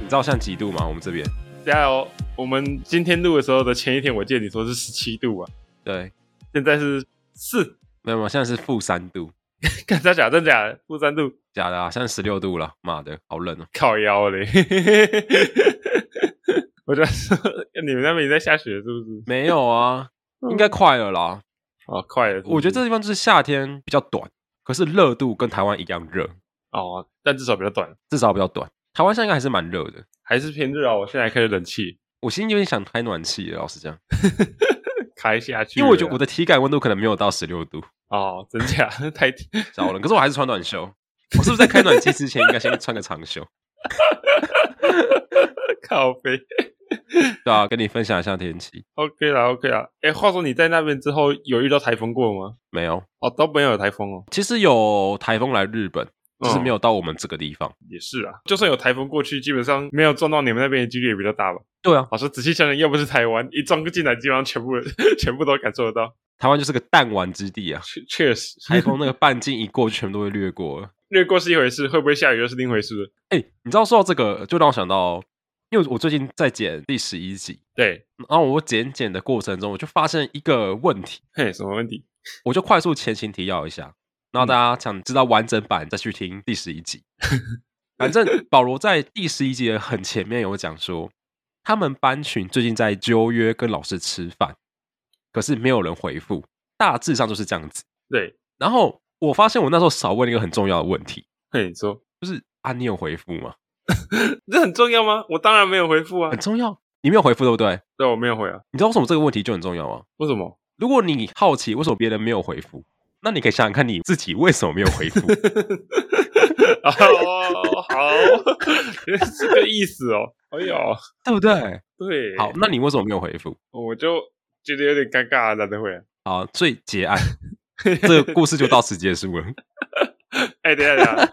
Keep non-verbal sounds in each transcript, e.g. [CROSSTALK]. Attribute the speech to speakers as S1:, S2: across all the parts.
S1: 知道像几度吗？我们这边
S2: 加油！我们今天录的时候的前一天，我记得你说是十七度啊，
S1: 对，
S2: 现在是四，
S1: 没有没有，现在是负三度，
S2: 干真假真假的，负三度，
S1: 假的啊，现在十六度了，妈的，好冷哦、
S2: 靠腰嘞。 [LAUGHS] 我就说你们那边也在下雪是不是？
S1: 没有啊，应该快了啦。
S2: 哦，快了是不是
S1: 我觉得这地方就是夏天比较短，可是热度跟台湾一样热，
S2: 哦，但至少比较短，
S1: 至少比较短。台湾现在应该还是蛮热的，
S2: 还是偏热啊。我现在开始冷气
S1: 我心里有点想开暖气了，老实讲，
S2: 开下去了，
S1: 因为我觉得我的体感温度可能没有到十六度，
S2: 哦，真假 [LAUGHS] 太
S1: 糟了。可是我还是穿短袖，我是不是在开暖气之前应该先穿个长袖？
S2: 靠背。
S1: 对啊，跟你分享一下天气。
S2: OK 啦，OK 啦。哎，话说你在那边之后有遇到台风过吗？
S1: 没有，
S2: 哦，都没有台风哦，
S1: 其实有台风来日本，只是
S2: 嗯
S1: 没有到我们这个地方。
S2: 也是啊。就算有台风过去，基本上没有撞到你们那边的几率也比较大吧。
S1: 对啊，
S2: 老师仔细想想，要不是台湾一撞进来，基本上全部人 [LAUGHS] 全部都感受得到。
S1: 台湾就是个弹丸之地啊，
S2: 确确实，
S1: 台风那个半径一过，就全部都会略过了。
S2: [LAUGHS] 略过是一回事，会不会下雨又是另一回事了。
S1: 哎、你知道说到这个，就让我想到，因为我最近在剪第十一集，
S2: 对，
S1: 然后我剪剪的过程中，我就发现一个问题，
S2: 嘿，什么问题？
S1: 我就快速前情提要一下，然后大家想知道完整版再去听第十一集。反正保罗在第十一集的很前面有讲说，他们班群最近在揪约跟老师吃饭，可是没有人回复，大致上就是这样子。
S2: 对，
S1: 然后我发现我那时候少问了一个很重要的问题，
S2: 嘿，你说
S1: 就是啊，你有回复吗？
S2: 这很重要吗？我当然没有回复啊
S1: 很，重要，你没有回复对不对？
S2: 对，我没有回啊。
S1: 你知道为什么这个问题就很重要吗？
S2: 为什么？
S1: 如果你好奇为什么别人没有回复，那你可以想想看你自己为什么没有回
S2: [LAUGHS]
S1: 复。
S2: 哦，好，原来是这个意思哦。哎呦，
S1: 对不对？
S2: 对，
S1: 好，，那你为什么没有回复？
S2: 我就觉得有点尴尬，懒得回啊。
S1: 好，所以结案，这个故事就到此结束了。
S2: 哎，等一下，等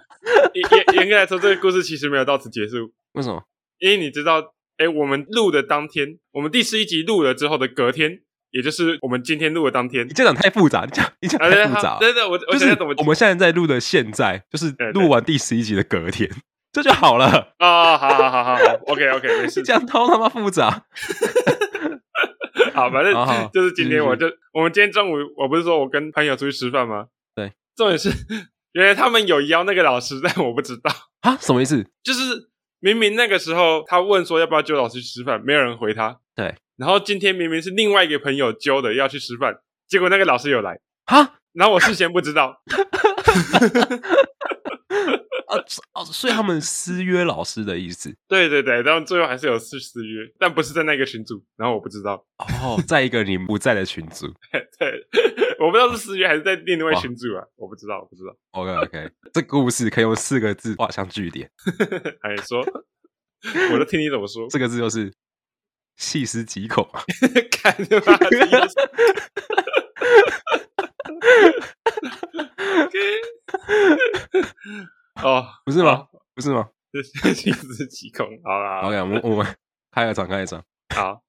S2: 一下，严严严格来说，这个故事其实没有到此结束，
S1: 为什么？
S2: 因为你知道，哎，我们录的当天，我们第十一集录了之后的隔天，也就是我们今天录的当天
S1: 你，这讲太复杂，你讲你讲 [LAUGHS]
S2: 啊，
S1: 太
S2: 对
S1: 复杂了。
S2: 好对对，我我
S1: 就
S2: 想
S1: 是
S2: 想怎么
S1: 我们现在在录的，现在就是
S2: 对对
S1: 录完第十一集的隔天，这就好了。
S2: 啊，好好好好好，OK OK，没事
S1: [LAUGHS] 你，讲超他妈复杂，
S2: 好，反正
S1: 好好
S2: [LAUGHS] 就是今
S1: 继
S2: 天
S1: 续
S2: 我就我们今天中午，我不是说我跟朋友出去吃饭吗？
S1: 对，
S2: 重点是原来他们有邀那个老师，但我不知道，
S1: 啊？什么意思？
S2: 就是明明那个时候他问说要不要揪老师去吃饭，没有人回他，
S1: 对，
S2: 然后今天明明是另外一个朋友揪的要去吃饭，结果那个老师有来，
S1: 啊
S2: 然后我事先不知道，
S1: 啊哦！所以他们私约老师的意思
S2: 对对对，然后最后还是有私私约，但不是在那个群组，然后我不知道，
S1: 哦，在一个你不在的群组。
S2: 对， [LAUGHS] 我不知道是私约还是在另外
S1: 哇
S2: 群组啊，我不知道，我不知道。 [LAUGHS]
S1: OK OK，这个故事可以用四个字画上句点，
S2: 哎，说，我都听你怎么 [LAUGHS] 说，
S1: 这个字就是细思极恐啊！
S2: 看他妈的意思 OK [LAUGHS] 哦，
S1: 不是吗
S2: 好？？
S1: 不是吗
S2: 这是细思极恐，好啦，好
S1: ？OK，
S2: 啦
S1: 我们我们开个场，开个场。
S2: 好，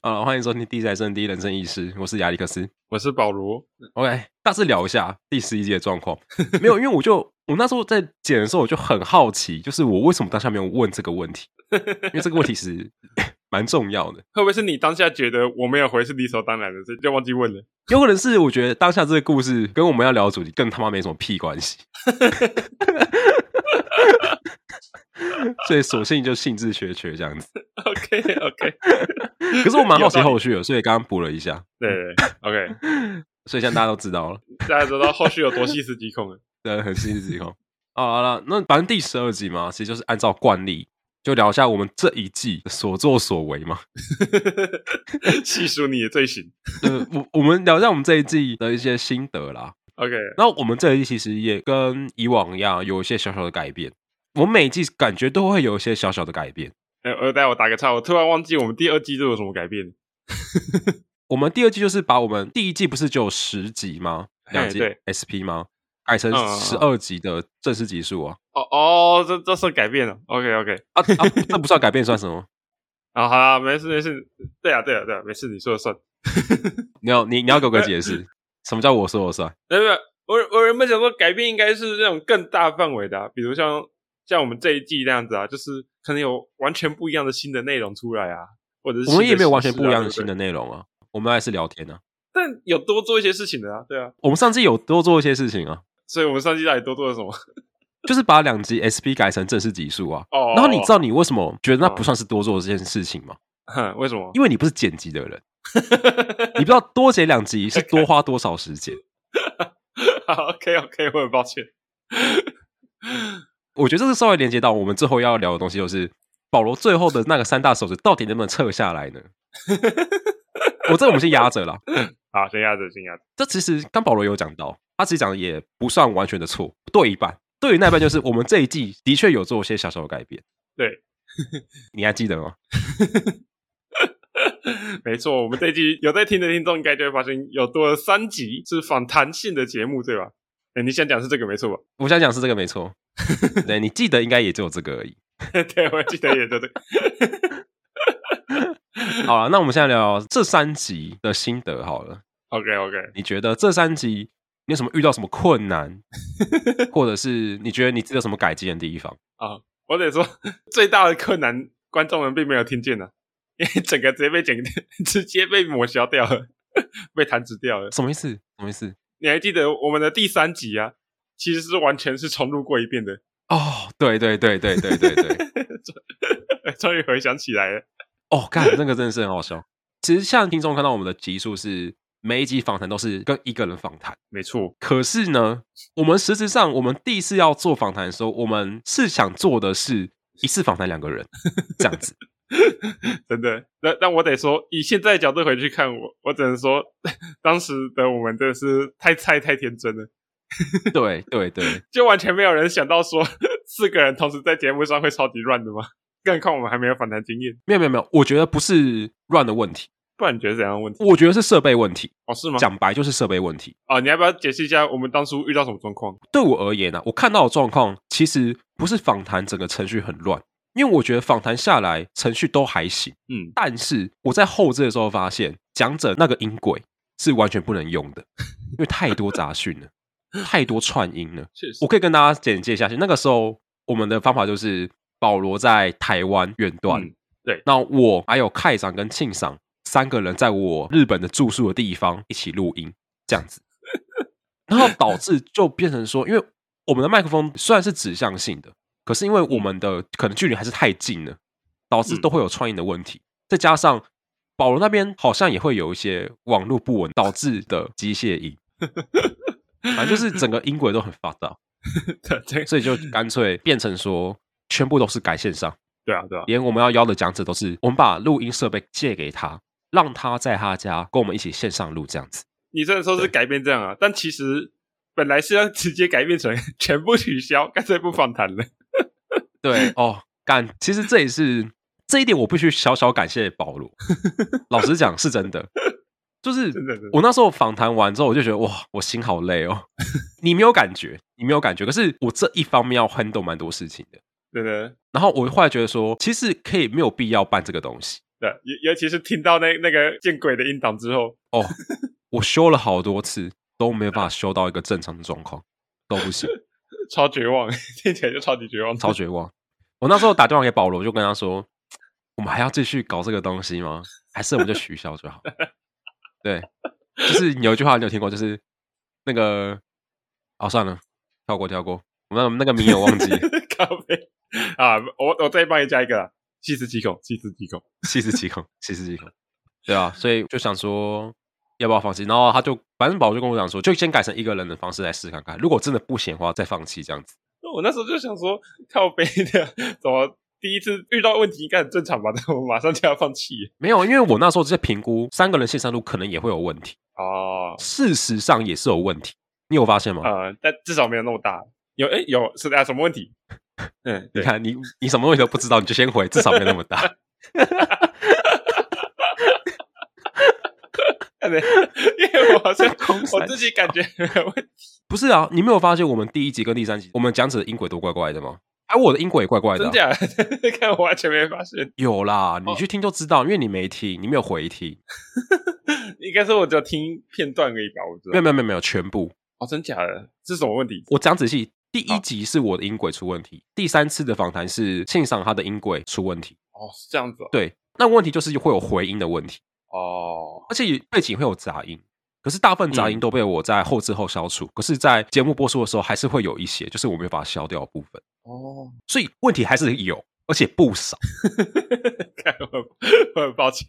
S1: 啊，欢迎收听《第一财生第一人生意识》，我是亚历克斯。
S2: 我是保罗，
S1: OK，大致聊一下第十一季的状况。没有，因为我就我那时候在剪的时候，我就很好奇，就是我为什么当下没有问这个问题？因为这个问题是 [LAUGHS] 蛮重要的。
S2: 会不会是你当下觉得我没有回是理所当然的，所以就忘记问了？
S1: 有可能是我觉得当下这个故事跟我们要聊的主题更他妈没什么屁关系，所以索性就兴致缺缺这样子。
S2: OK OK，
S1: 可是我蛮好奇后续的，所以刚刚补了一下，
S2: 对对，OK，
S1: 所以现在大家都知道了。
S2: 大家知道后续有多细思极恐了。 [LAUGHS]
S1: 对，很细致哦。啊好了，那反正第十二集嘛，其实就是按照惯例，就聊一下我们这一季的所作所为嘛。
S2: 细数你的罪行。
S1: 呃，我我们聊一下我们这一季的一些心得啦。
S2: OK，
S1: 那我们这一季其实也跟以往一样，有一些小小的改变。我们每一季感觉都会有一些小小的改变。
S2: 哎、我待会我打个岔，我突然忘记我们第二季度有什么改变。
S1: 我们第二季就是把我们第一季不是就有十集吗？两
S2: 嘿
S1: 集
S2: 对
S1: SP 吗？改成
S2: 嗯嗯嗯
S1: 十二集的正式集数啊！
S2: 哦哦，这这算改变了。OK OK，
S1: 啊啊，这不算改变算什么？
S2: 啊，好啦，没事没事，对啊对啊对啊，没事，你说了算。
S1: 你要你你要给我个解
S2: [LAUGHS]
S1: 释，什么叫我说我算？
S2: 没有没有，我我原本想说改变应该是那种更大范围的、啊，比如像像我们这一季那样子啊，就是可能有完全不一样的新的内容出来啊，或者是
S1: 我们也没有完全
S2: 时
S1: 不
S2: 事啊
S1: 一样的
S2: 对
S1: 新
S2: 对
S1: 的内容啊，我们还是聊天啊。
S2: 但有多做一些事情的啊，对啊，
S1: 我们上次有多做一些事情啊，
S2: 所以我们上季到底多做了什么？
S1: 就是把两集 SP 改成正式集数啊。
S2: 哦，嗯
S1: 然后你知道你为什么觉得那不算是多做这件事情吗？
S2: 哼为什么？
S1: 因为你不是剪辑的人，你不知道多剪两集是多花多少时间。
S2: [LAUGHS] 好，OK OK，我很抱歉。
S1: 我觉得这是稍微连接到我们最后要聊的东西，就是保罗最后的那个三大手指到底能不能撤下来呢？我这个我们先压着啦。
S2: 好，先压着，先压着。
S1: 这其实刚保罗有讲到，他其实讲的也不算完全的错，对一半。对于那一半，就是我们这一季的确有做一些小小的改变。
S2: 对，
S1: 你还记得吗？
S2: 没错，我们这一集有在听的听众应该就会发现，有多了三集是访谈性的节目，对吧？哎，你想讲是这个没错吧？
S1: 我想讲是这个没错，对你记得应该也只有这个而已。
S2: [LAUGHS] 对，我记得也对对。
S1: 好了，那我们现在聊聊这三集的心得好了。
S2: OK OK，
S1: 你觉得这三集你有什么遇到什么困难，或者是你觉得你自己有什么改进的地方？
S2: 我得说最大的困难，观众们并没有听见呢、因为整个直接被剪，直接被抹消掉了，被弹指掉了。
S1: 什么意思？什么意思？
S2: 你还记得我们的第三集啊？其实是完全是重录过一遍的， [LAUGHS]
S1: 哦，对对对对对对对，
S2: 终于回想起来了。
S1: 哦，干，那个真的是很好笑。其实像听众看到我们的集数是每一集访谈都是跟一个人访谈，
S2: 没错，
S1: 可是呢，我们实质上我们第一次要做访谈的时候，我们是想做的是一次访谈两个人这样子。
S2: [LAUGHS] 真的。那那我得说，以现在的角度回去看我，我只能说，当时的我们真的是太菜太天真了，
S1: 对对对，
S2: 就完全没有人想到说四个人同时在节目上会超级乱的吗？更何况我们还没有反弹经验，
S1: 没有没有没有，我觉得不是乱的问题，
S2: 不然你觉得怎样的问题？
S1: 我觉得是设备问题。
S2: 哦，是吗？
S1: 讲白就是设备问题。
S2: 哦，你要不要解释一下我们当初遇到什么状况？
S1: 对我而言呢、啊我看到的状况其实不是访谈整个程序很乱，因为我觉得访谈下来程序都还行。
S2: 嗯，
S1: 但是我在后置的时候发现，讲者那个音轨是完全不能用的，因为太多杂讯了，太多串音了。
S2: 确实
S1: 我可以跟大家简介一下，那个时候我们的方法就是保罗在台湾远端，
S2: 嗯对
S1: 那我还有凯长跟庆赏三个人在我日本的住宿的地方一起录音，这样子，然后导致就变成说，因为我们的麦克风虽然是指向性的，可是因为我们的可能距离还是太近了，导致都会有串音的问题，再加上。保罗那边好像也会有一些网络不稳导致的机械音，反正就是整个音轨都很发达。
S2: [LAUGHS] 对对
S1: 所以就干脆变成说，全部都是改线上，
S2: 对啊对啊，
S1: 连我们要邀的讲者都是我们把录音设备借给他，让他在他家跟我们一起线上录这样子。
S2: 你虽然说是改变这样啊，但其实本来是要直接改变成全部取消，干脆不访谈了。 [LAUGHS]
S1: 对，哦，干，其实这也是这一点，我必须小小感谢保
S2: [LAUGHS]
S1: 罗。老实讲，是真的，就是
S2: 真的真的
S1: 我那时候访谈完之后，我就觉得哇，我心好累
S2: [LAUGHS]
S1: 哦。你没有感觉，你没有感觉，可是我这一方面要 handle 蛮多事情的。
S2: 真的，
S1: 然后我后来觉得说，其实可以没有必要办这个东西。
S2: 对，尤尤其是听到那那个见鬼的音档之后， [LAUGHS]
S1: 哦，我修了好多次都没有办法修到一个正常的状况，都不行，
S2: 超绝望， [LAUGHS] 听起来就超级绝望。
S1: 超绝望。我那时候打电话给保罗，就跟他说：“我们还要继续搞这个东西吗？还是我们就取消就好？”对，就是有一句话你有听过，就是那个……哦，算了，跳过跳过，我们那个那个名言我忘记了，
S2: 咖啡啊，我我再帮你加一个啦，细思极恐，细思极恐。
S1: 细思极恐，细思极恐，对啊，所以就想说要不要放弃，然后他就反正保罗就跟我讲说，就先改成一个人的方式来试看看，如果真的不行的话，再放弃这样子。
S2: 我那时候就想说，靠背的怎么第一次遇到问题应该很正常吧？但我马上就要放弃
S1: 没有，因为我那时候在评估三个人线上录可能也会有问题，
S2: 哦，
S1: 事实上也是有问题。你有发现吗？
S2: 呃，但至少没有那么大。有哎有是啊，什么问题？嗯，
S1: 你
S2: 对，
S1: 看你你什么东西都不知道，你就先回，至少没有那么
S2: [LAUGHS]
S1: 大。
S2: [LAUGHS] 因为我好像
S1: 空
S2: 我
S1: 山
S2: 自己感觉没有问题。
S1: 不是啊，你没有发现我们第一集跟第三集，我们讲者的音轨都怪怪的吗？哎、我的音轨也怪怪的啊、
S2: 真假哦的？ [LAUGHS] 看我完全没发现，
S1: 有啦，你去听就知道，因为你没听，你没有回听，
S2: 应该是我只有听片段而已吧？我知
S1: 没有
S2: 道。
S1: 没有没有没有全部。
S2: 哦，真假的？这是什么问题？
S1: 我讲仔细，第一集是我的音轨出问题，第三次的访谈是庆赏他的音轨出问题。
S2: 哦，是这样子哦。
S1: 对，那问题就是会有回音的问题，
S2: 哦，
S1: 而且背景会有杂音。可是大部分杂
S2: 嗯
S1: 音都被我在后置后消除，可是，在节目播出的时候还是会有一些，就是我没有办法消掉的部分，
S2: 哦， [LAUGHS]
S1: 所以问题还是有，而且不少。
S2: 看我很，我很抱歉。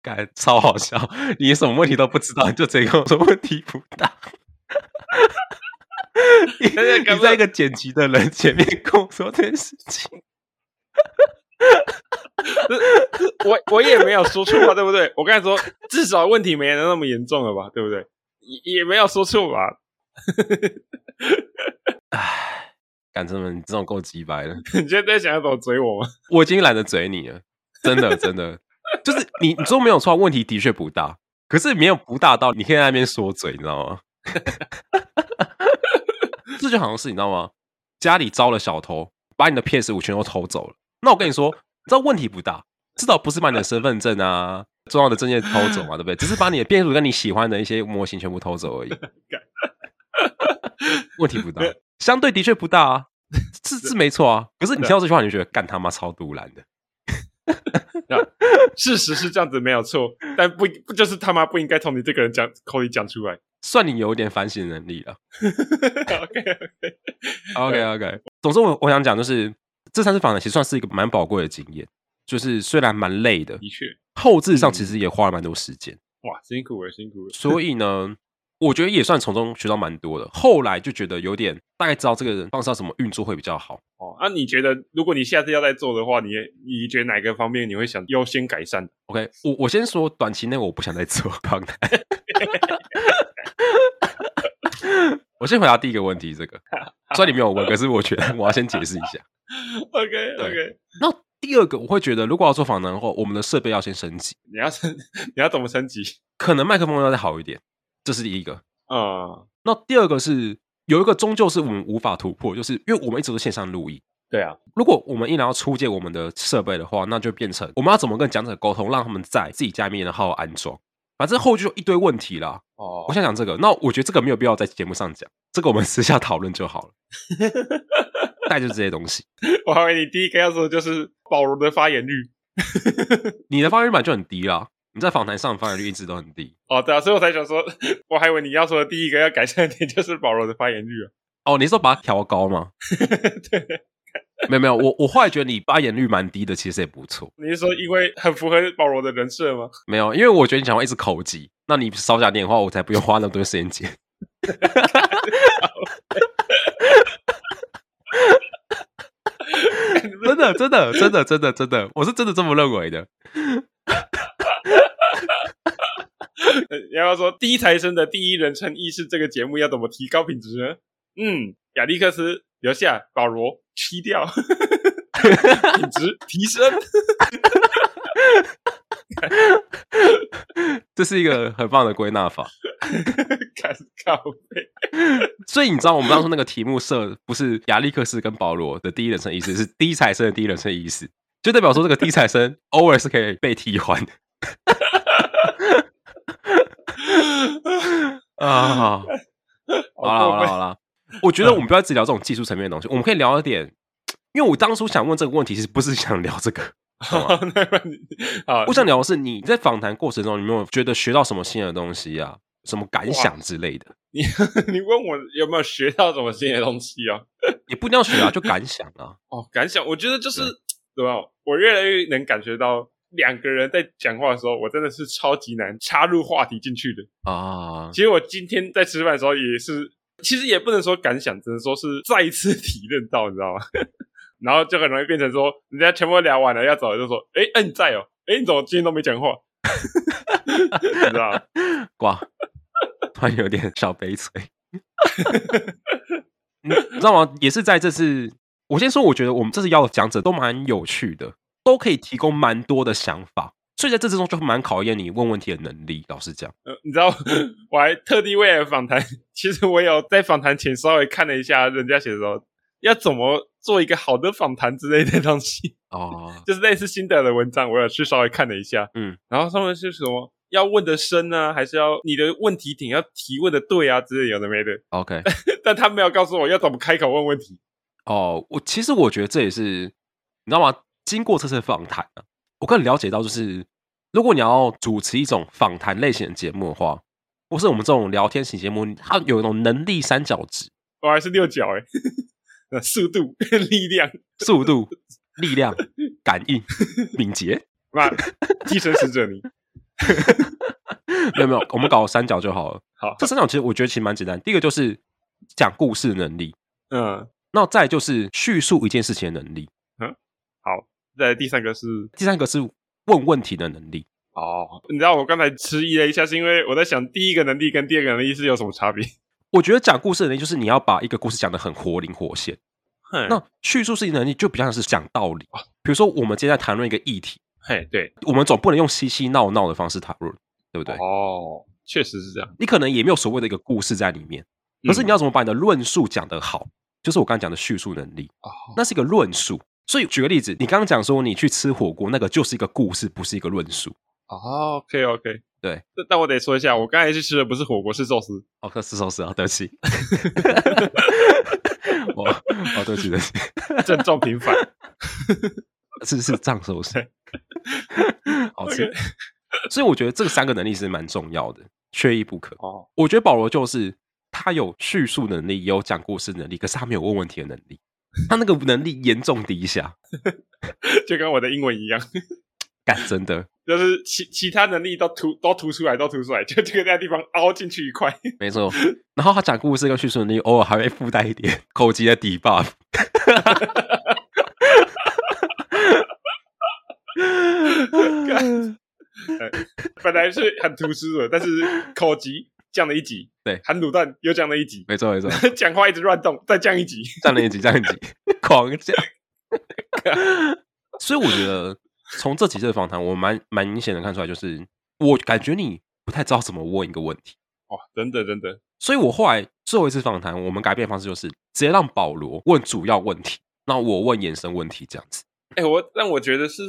S1: 感超好笑，你什么问题都不知道，你就直接跟我说问题不大。你
S2: 但是刚
S1: 你在一个剪辑的人前面跟我说这件事情，
S2: 我我也没有说错啊吧，对不对？我刚才说至少问题没那么严重了吧，对不对？也也没有说错吧？ [LAUGHS]
S1: 唉，干这么你这种够鸡掰了，
S2: 你现在在想要怎么追我吗？ [LAUGHS]
S1: 我已经懒得嘴你了，真的真的，就是你你说没有错，问题的确不大，可是没有不大到你可以在那边说嘴，你知道吗？ [LAUGHS] 这就好像是你知道吗？家里招了小偷，把你的 PS 五全都偷走了。那我跟你说，这问题不大，至少不是把你的身份证啊、重要的证件偷走嘛，对不对？只是把你的变数跟你喜欢的一些模型全部偷走而已。问题不大，相对的确不大啊，是是没错啊。可是你听到这句话，你就觉得干他妈超毒蓝的。
S2: 事实是这样子没有错，但不不就是他妈不应该从你这个人讲口里讲出来。 [LAUGHS]
S1: 算你有一点反省能力了。OK
S2: OK，
S1: OK，总之我我想讲就是，这三次访谈其实算是一个蛮宝贵的经验，就是虽然蛮累的，
S2: 的确，
S1: 后置上其实也花了蛮多时间，
S2: 哇，辛苦了，辛苦了。
S1: 所以呢，我觉得也算从中学到蛮多的。后来就觉得有点大概知道这个人放上什么运作会比较好。
S2: 哦，那、你觉得如果你下次要再做的话，你你觉得哪个方面你会想优先改善？ [LAUGHS]
S1: OK，我我先说，短期内我不想再做访谈。我先回答第一个问题，这个虽然你没有问，可是我觉得我要先解释一下。
S2: OK
S1: 对
S2: OK，
S1: 那第二个，我会觉得如果要做访谈的话，我们的设备要先升级。
S2: 你要升， [LAUGHS] 你要怎么升级？
S1: 可能麦克风要再好一点，这是第一个。
S2: 嗯，
S1: 那第二个是有一个终究是我们无法突破，就是因为我们一直都线上录音。
S2: 对啊，
S1: 如果我们一然要出借我们的设备的话，那就变成我们要怎么跟讲者沟通，让他们在自己家里面好好安装。反正后续就一堆问题啦。
S2: 哦 [LAUGHS]
S1: 我，想讲这个，那我觉得这个没有必要在节目上讲，这个我们 [LAUGHS] 私下讨论就好了。带就这些东西，
S2: 我还以为你第一个要说的就是保罗的发言率。
S1: 你的发言版就很低啦，你在访谈上的发言率一直都很低。
S2: 哦，对啊，所以我才想说， [LAUGHS] 我还以为你要说的第一个要改善的点就是 [LAUGHS] 保罗的发言率啊。
S1: 哦，你是说把它调高吗？
S2: 对，
S1: 没有没有，我我后来觉得你发言率蛮低的，其实也不错。
S2: 你是说因为很符合保罗的人设吗？ [LAUGHS]
S1: 没有，因为我觉得你讲话一直口急，那你少讲点话，我才不用花那么多时间剪。 [LAUGHS] 真的，真的，真的，真的，真的，我是真的这么认为的。
S2: 呃然后说第一台生的第一人称意识这个节目要怎么提高品质呢？嗯，亚历克斯留下，保罗踢掉， [LAUGHS] 品质提升。 [LAUGHS]
S1: 这是一个很棒的归纳法。
S2: 看靠背，
S1: 所以你知道我们当初那个题目设不是亚历克斯跟保罗的第一人称意思，是低材生的第一人称意思，就代表说这个低材生 [LAUGHS] 偶尔是可以被替换 [LAUGHS] 的啊。好啦
S2: 好
S1: 好啦好啦，我觉得我们不要只聊这种技术层面的东西，我们可以聊一点。因为我当初想问这个问题，其实不是想聊这个，
S2: [LAUGHS]
S1: [LAUGHS]
S2: 好，那不然你好，
S1: 我想聊的是你在访谈过程中，你有没有觉得学到什么新的东西啊？什么感想之类的？
S2: 你 [LAUGHS] 你问我有没有学到什么新的东西哦？
S1: 也不一定要学啊，就感想啊。
S2: 哦，感想，我觉得就是怎么样，我越来越能感觉到两个人在讲话的时候，我真的是超级难插入话题进去的。
S1: 啊，
S2: 其实我今天在吃饭的时候也是，其实也不能说感想，只能说是再一次体认到，你知道吗？ [LAUGHS] 然后就很容易变成说，人家全部聊完了要走了，就说：“哎，哎、你在哦，哎、你怎么今天都没讲话？” [LAUGHS] 你知道吗？
S1: 哇， [LAUGHS] 突然有点小悲催。嗯你你知道吗？也是在这次，我先说，我觉得我们这次邀的讲者都蛮有趣的，都可以提供蛮多的想法，所以在这之中就蛮考验你问问题的能力。老实讲，
S2: 呃，你知道，我还特地为了访谈，其实我有在访谈前稍微看了一下人家写的说要怎么做一个好的访谈之类的东西， [LAUGHS]
S1: 哦，
S2: 就是类似心得的文章，我有去稍微看了一下，
S1: 嗯，
S2: 然后上面是什么要问的深啊，还是要你的问题点要提问的对啊之类有的没的，
S1: [LAUGHS]
S2: [LAUGHS]
S1: OK，
S2: 但他没有告诉我要怎么开口问问题。
S1: 哦，我其实我觉得这也是你知道吗？经过这次访谈啊，我更了解到，就是如果你要主持一种访谈类型的节目的话，或是我们这种聊天型节目，它有一种能力三角值：
S2: 我还是六角哎、 [LAUGHS] 那速度、 [LAUGHS] 力量，
S1: 速度、力量、感应、敏捷。
S2: 那 [LAUGHS] 寄生使者你
S1: 没有没有，我们搞三角就好了。
S2: 好，
S1: 这三角其实我觉得其实蛮简单。第一个就是讲故事的能力，
S2: 嗯，
S1: 那再就是叙述一件事情的能力，
S2: 好。再来第三个是
S1: 第三个是问问题的能力。
S2: 哦，你知道我刚才迟疑了一下，是因为我在想第一个能力跟第二个能力是有什么差别？
S1: 我觉得讲故事的能力就是你要把一个故事讲得很活灵活现。
S2: 哼
S1: 那叙述式能力就比较像是讲道理，比如说我们今天在谈论一个议题，
S2: 嘿，对
S1: 我们总不能用嬉嬉闹闹的方式谈论，对不对？
S2: 哦，确实是这样。
S1: 你可能也没有所谓的一个故事在里面，可是你
S2: 要、
S1: 要怎么把你的论述讲得好，就是我刚才讲的叙述能力，
S2: 哦
S1: 那是一个论述。所以举个例子，你刚刚讲说你去吃火锅，那个就是一个故事，不是一个论述。
S2: 哦，OK OK，
S1: 对
S2: 但，但我得说一下，我刚才去吃的不是火锅，是寿司。
S1: 哦，可是寿司啊，对不 [LAUGHS] 起，我哦，对不起，对不起，
S2: 症状频
S1: [LAUGHS]
S2: 繁，
S1: 是是藏寿司，好吃。
S2: OK
S1: 所以我觉得这三个能力是蛮重要的，缺一不可。
S2: 哦，
S1: 我觉得保罗就是他有叙述能力，也有讲故事能力，可是他没有问问题的能力。他那个能力严重低下，
S2: 就跟我的英文一样，
S1: 干真的
S2: 就是其其他能力都突都突出来，都突出来，就这个那地方凹进去一块。
S1: 没错。然后他讲故事跟叙述能力偶尔还会附带一点口技的 debuff。 [LAUGHS]
S2: 本来是很突出的，但是口级降了一级，
S1: 对
S2: 含卤蛋又降了一级， [LAUGHS]
S1: 没错没错，
S2: 讲话一直乱动，再降一级。
S1: 占了一集，占了一集，狂讲。所以我觉得从这几次的访谈，我蛮蛮明显的看出来，就是我感觉你不太知道怎么问一个问题。
S2: 哇，真的真的，
S1: 所以我后来最后一次访谈，我们改变的方式就是直接让保罗问主要问题，那我问衍生问题这样子。
S2: 哎、我但我觉得是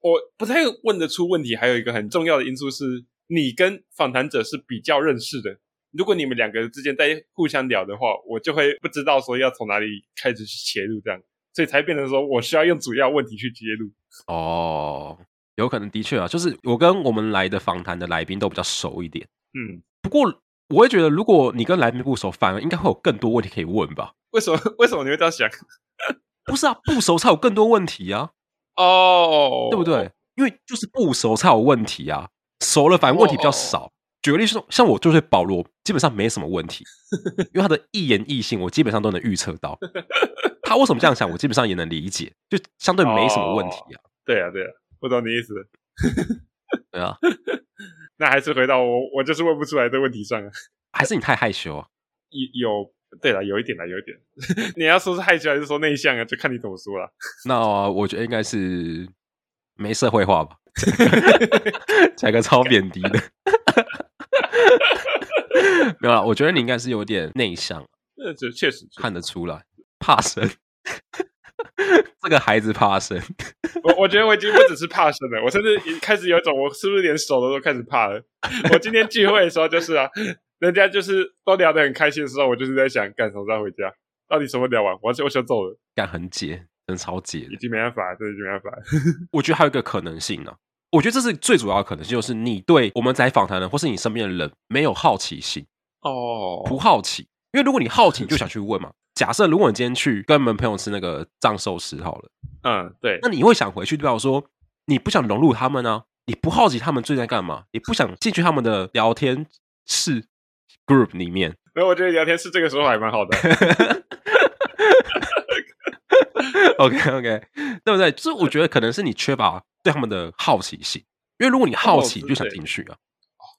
S2: 我不太问得出问题，还有一个很重要的因素是你跟访谈者是比较认识的。如果你们两个之间在互相聊的话，我就会不知道说要从哪里开始去切入，这样，所以才变成说我需要用主要问题去揭露。
S1: 哦，有可能的确啊，就是我跟我们来的访谈的来宾都比较熟一点。
S2: 嗯，
S1: 我会觉得，如果你跟来宾不熟，反而应该会有更多问题可以问吧？
S2: 为什么为什么你会这样想？
S1: 不是啊，不熟才有更多问题啊，
S2: 哦，
S1: 对不？对？因为就是不熟才有问题啊，熟了反而问题比较少。举个例子说，像我就对保罗基本上没什么问题，因为他的一言一行我基本上都能预测到。他为什么这样想，我基本上也能理解，就相对没什么问题啊。
S2: 对啊，对啊，我懂你意思。
S1: 对啊，
S2: 那还是回到我，我就是问不出来的问题上啊。
S1: 还是你太害羞啊？
S2: 有有，对了，有一点啦，有一点。 [LAUGHS] 你要说是害羞还是说内向啊，就看你怎么说了。
S1: 那、我觉得应该是没社会化吧， [LAUGHS] 讲个超贬低的。没有啦，我觉得你应该是有点内向，
S2: [LAUGHS] 那这确实，
S1: 看得出来，怕生。 [LAUGHS] 这个孩子怕生，
S2: [LAUGHS] 我我觉得我已经不只是怕生了，我甚至已开始有一种，我是不是连手都都开始怕了？我今天聚会的时候就是啊， [LAUGHS] 人家就是都聊得很开心的时候，我就是在想，干什么时候回家？到底什么聊完？我我想走了，
S1: 干很解，很超解
S2: 已。经没办法了，真的已经没办法了。
S1: 我觉得还有一个可能性呢、我觉得这是最主要的可能性，就是你对我们在访谈的人或是你身边的人没有好奇心，
S2: 哦，
S1: 不好奇。因为如果你好奇，你就想去问嘛。假设如果你今天去跟你们朋友吃那个藏寿司好了，
S2: 嗯，对，
S1: 那你会想回去对吧？我说你不想融入他们啊，你不好奇他们最近在干嘛，你不想进去他们的聊天室 group 里面。 [LAUGHS]
S2: 然后我觉得聊天室这个时候还蛮好的。啊 [LAUGHS]
S1: OK OK，对 [LAUGHS] 不对？就是我觉得可能是你缺乏对他们的好奇心，因为如果你好奇，
S2: 哦
S1: 你就想
S2: 对
S1: 进去啊，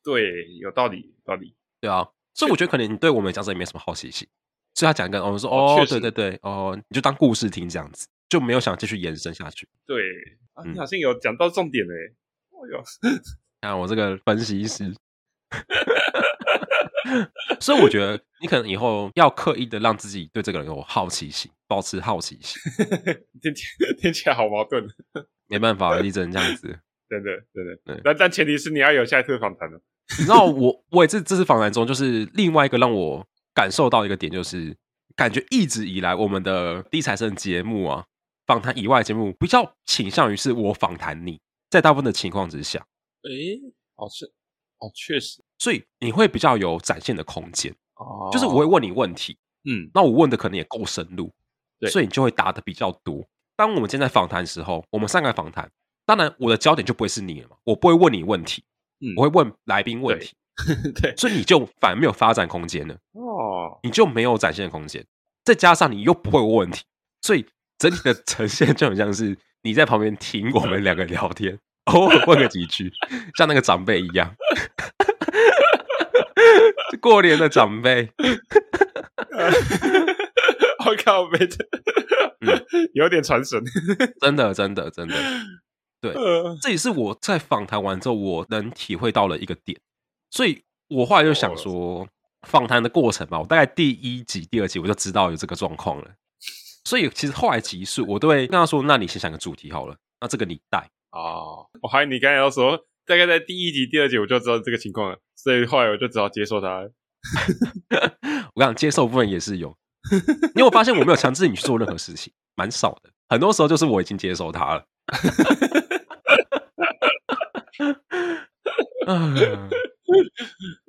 S2: 对，有道理，有道理。
S1: 对啊。所以我觉得可能你对我们讲这也没什么好奇心，所以他讲一个，哦我、们说哦，
S2: 确
S1: 对
S2: 实
S1: 对对，哦，你就当故事听这样子，就没有想继续延伸下去。
S2: 对，啊，
S1: 嗯
S2: 你好像有讲到重点嘞。哦哟，
S1: 看我这个分析师， [LAUGHS] 所以我觉得你可能以后要刻意的让自己对这个人有好奇心，保持好奇心。
S2: 听起听起来好矛盾。 [LAUGHS]
S1: 没办法，你只能这样子。
S2: 真的真
S1: 对
S2: 的。但但前提是你要有下一次访谈了。
S1: 你知道我，我也这这次访谈中，就是另外一个让我感受到一个点，就是感觉一直以来我们的低材生节目啊，访谈以外的节目比较倾向于是我访谈你，在大部分的情况之下，
S2: 诶，哦是，哦确实，
S1: 所以你会比较有展现的空间。
S2: 哦
S1: 就是我会问你问题，
S2: 嗯
S1: 那我问的可能也够深入，
S2: 对
S1: 所以你就会答的比较多。当我们今天在访谈的时候，我们上个访谈，当然我的焦点就不会是你了嘛，我不会问你问题，
S2: 嗯
S1: 我会问来宾问题，
S2: [LAUGHS] 对
S1: 所以你就反而没有发展空间了。
S2: 哦，
S1: 你就没有展现的空间。再加上你又不会问问题，所以整体的呈现就很像是你在旁边听我们两个聊天，偶尔问个几句，像那个长辈一样。 [LAUGHS] 过年的长辈，
S2: [LAUGHS] 我靠，没的
S1: 嗯，
S2: [LAUGHS] 有点传神。
S1: 真的，真的，真的，对
S2: 呃
S1: 这也是我在访谈完之后我能体会到了一个点。所以我后来就想说，访谈的过程嘛，我大概第一集、第二集我就知道有这个状况了。所以其实后来集数，我都会跟他说：“那你先想个主题好了，那这个你带。”
S2: 哦，我还以为你刚才要说，大概在第一集、第二集我就知道这个情况了，所以后来我就只好接受它了。
S1: 我跟你讲，接受部分也是有，因为我发现我没有强制你去做任何事情，蛮少的。很多时候就是我已经接受它了。 [LAUGHS] 嗯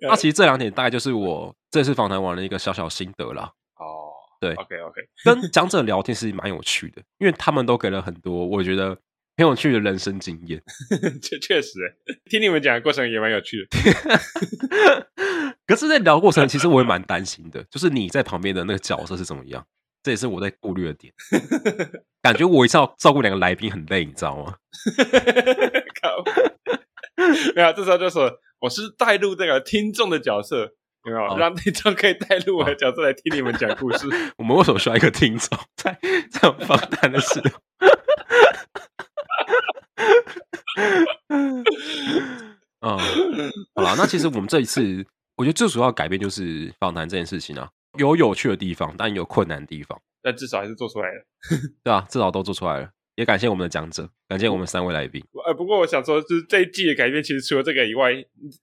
S1: 那其实这两点大概就是我这次访谈完的一个小小心得啦。
S2: 哦，
S1: 对
S2: ，OK OK，
S1: 跟讲者聊天是蛮有趣的，因为他们都给了很多我觉得很有趣的人生经验。
S2: [LAUGHS] 确确实欸，听你们讲的过程也蛮有趣的。
S1: [LAUGHS] 可是，在聊过程，其实我也蛮担心的，就是你在旁边的那个角色是怎么样，这也是我在顾虑的点。感觉我一次要照顾两个来宾很累，你知道吗？
S2: [LAUGHS] 靠，没有，这时候就说我是带入这个听众的角色，有没有、
S1: 哦
S2: 让听众可以带入我的角色来听你们讲故事？ [LAUGHS]
S1: 我们为什么需要一个听众在这种访谈的时候？ [LAUGHS] 嗯，好啦，那其实我们这一次，我觉得最主要的改变就是访谈这件事情啊，有有趣的地方，但有困难的地方，
S2: 但至少还是做出来了。
S1: 对啊，至少都做出来了，也感谢我们的讲者，感谢我们三位来宾。
S2: 呃，不过我想说，就是这一季的改变，其实除了这个以外，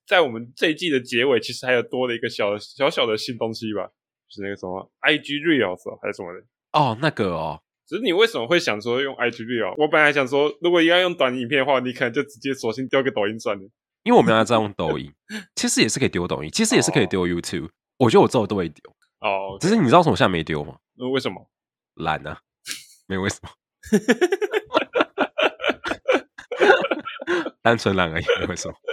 S2: 在我们这一季的结尾，其实还有多了一个小小小的新东西吧，就是那个什么 IG Reels 哦还是什么的。
S1: 哦，那个哦，
S2: 只是你为什么会想说用 IG Reel？我本来想说，如果要用短影片的话，你可能就直接索性丢个抖音算了。
S1: 因为我们要在用抖音，其实也是可以丢抖音，其实也是可以丢 YouTube，、我觉得我之后都会丢，
S2: 哦，
S1: 只是你知道为什么现在没丢吗？
S2: 那为什么？
S1: 懒啊，没为什么， [LAUGHS] 单纯懒而已，没为什么。
S2: [LAUGHS]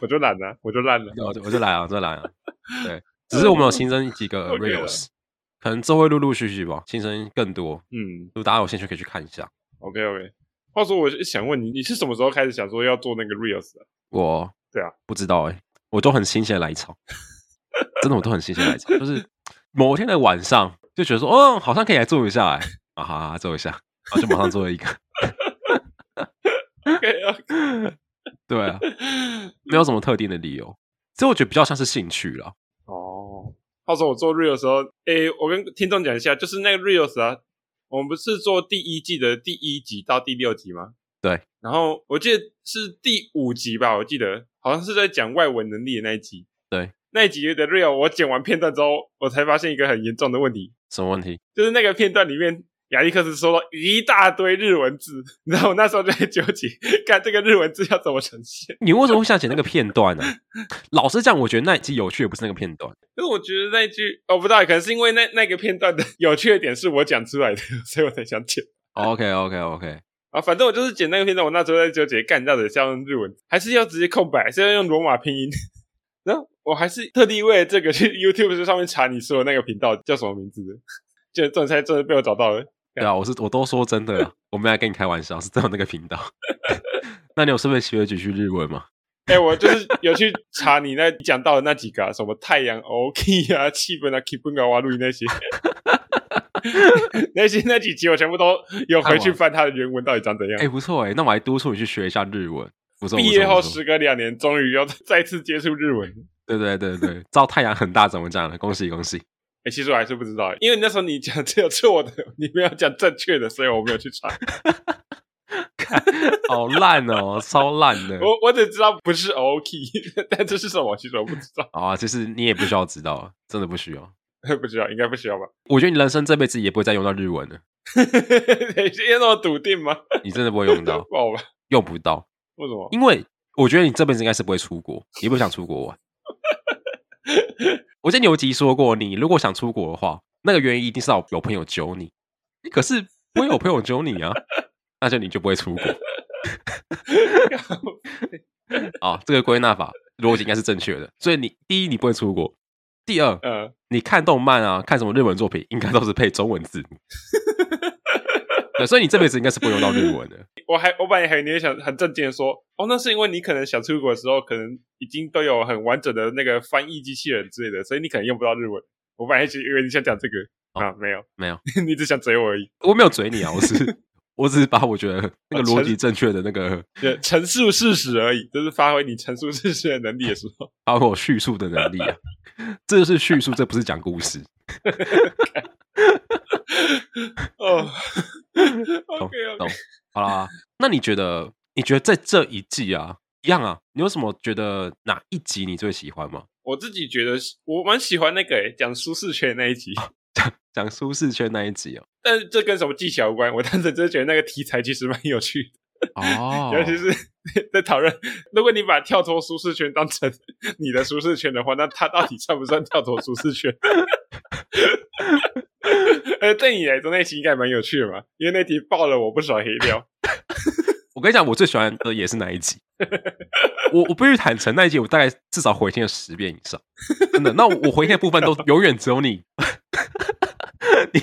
S2: 我就懒了，我就烂了。
S1: 我就我就懒啊，我就懒啊。对，只是我们有新增几个
S2: OK 了
S1: reels，可能这会陆陆续续吧，新增更多。
S2: 嗯
S1: 如果大家有兴趣，可以去看一下。
S2: ，OK OK。话说，我就想问你，你是什么时候开始想说要做那个 Reels 的、
S1: 我
S2: 对啊，
S1: 不知道哎、我都很新鲜来潮， [LAUGHS] 真的我都很新鲜来潮，就是某天的晚上就觉得说，哦，好像可以来做一下哎、啊哈哈，做一下，然后就马上做了一个。 [LAUGHS]
S2: OK OK。
S1: 对啊，没有什么特定的理由，所以我觉得比较像是兴趣啦。
S2: 哦，话说我做 Reels 的时候，诶，我跟听众讲一下，就是那个 Reels 啊，我们不是做第一季的第一集到第六集吗？
S1: 对。
S2: 然后我记得是第五集吧，我记得好像是在讲外文能力的那一集。
S1: 对。
S2: 那一集的 Real，我剪完片段之后，我才发现一个很严重的问题，
S1: 什么问题？
S2: 就是那个片段里面，亚历克斯说了一大堆日文字，然后我那时候就在纠结， [LAUGHS] 看这个日文字要怎么呈现。
S1: 你为什么会想起那个片段呢、 [LAUGHS] 老实讲，我觉得那一集有趣的不是那个片段，
S2: 可是我觉得那一句，我、不知道，可能是因为那那个片段的有趣的点是我讲出来的， [LAUGHS] 所以我才想剪
S1: OK OK OK，
S2: 啊。反正我就是剪那个片段，我那时候在纠结，干到底是要用日文，还是要直接空白，还是要用罗马拼音？ [LAUGHS] 然后我还是特地为了这个去 YouTube 上面查你说的那个频道叫什么名字的，就这才真的被我找到了。
S1: 对啊，我是我都说真的啦，我没来跟你开玩笑，是真有那个频道。 [LAUGHS] 那你有顺便学了几句日文吗？
S2: 哎、我就是有去查你那讲到的那几个、啊，什么太阳 OK 啊、气氛啊、气氛啊、瓦路易那些， [LAUGHS] 那些那几集我全部都有回去翻它的原文到底长怎样
S1: 哎、。不错哎、那我还督促你去学一下日文，不错。
S2: 毕业后
S1: 是，
S2: 时隔两年，终于要 [LAUGHS] 再次接触日文。
S1: 对对对对，照太阳很大怎么讲了？恭喜恭喜！
S2: 哎、其实我还是不知道，因为那时候你讲只有错的，你没有讲正确的，所以我没有去查。
S1: 看好烂哦，超烂的。
S2: 我我只知道不是 OK，但 [LAUGHS] 这是什么其实我不知道， [LAUGHS]
S1: 好啊，其实你也不需要知道，真的不需要。
S2: 不知道应该不需要吧？ [LAUGHS]
S1: 我觉得你人生这辈子也不会再用到日文了，
S2: 你今天那么笃定吗？
S1: 你真的不会用到，
S2: 不 [LAUGHS] 好吧？
S1: 用不到，
S2: 为
S1: [LAUGHS]
S2: 什么？ [LAUGHS]
S1: 因为我觉得你这辈子应该是不会出国，也不想出国
S2: [LAUGHS]
S1: 玩。我记得牛吉说过，你如果想出国的话，那个原因一定是要有朋友揪你，可是不会有朋友揪你啊，那就你就不会出国。啊，这个归纳法逻辑应该是正确的。所以你第一，你不会出国；第二，
S2: 嗯，
S1: 你看动漫啊，看什么日文作品，应该都是配中文字幕。对，所以你这辈子应该是不会用到日文的。
S2: 我还我本来还以为你会想很正经的说，哦，那是因为你可能想出国的时候，可能已经都有很完整的那个翻译机器人之类的，所以你可能用不到日文。我本来是以为你想讲这个、
S1: 哦
S2: 啊，没有，
S1: 没有，
S2: [LAUGHS] 你只想嘴
S1: [LAUGHS]
S2: 我而已。
S1: 我没有嘴你啊，我是我只是把我觉得那个逻辑正确的那个，
S2: 对，陈述事实而已，就是发挥你陈述事实的能力的时候。
S1: 包括我叙述的能力啊，这就是叙述，这不是讲故事。
S2: 哦
S1: 懂
S2: ，OK
S1: 懂
S2: OK，
S1: 好啦，那你觉得？你觉得在这一季啊，一样啊，你有什么觉得哪一集你最喜欢吗？
S2: 我自己觉得是我蛮喜欢那个诶讲舒适圈那一集，
S1: 哦讲舒适圈那一集哦。
S2: 但是这跟什么技巧无关，我当时就觉得那个题材其实蛮有趣的。
S1: 哦
S2: [LAUGHS] 尤其是 [LAUGHS] 在讨论，如果你把跳脱舒适圈当成 [LAUGHS] 你的舒适圈的话，那它到底算不算跳脱舒适圈？ [LAUGHS] 呃，对你来说那期应该蛮有趣的嘛，因为那题爆了我不少黑
S1: [LAUGHS]
S2: 料。
S1: 我跟你讲，我最喜欢的也是那一集。我我必须坦诚，那一集我大概至少回听了十遍以上，真的。那我我回听的部分都永远只有你， [LAUGHS] 你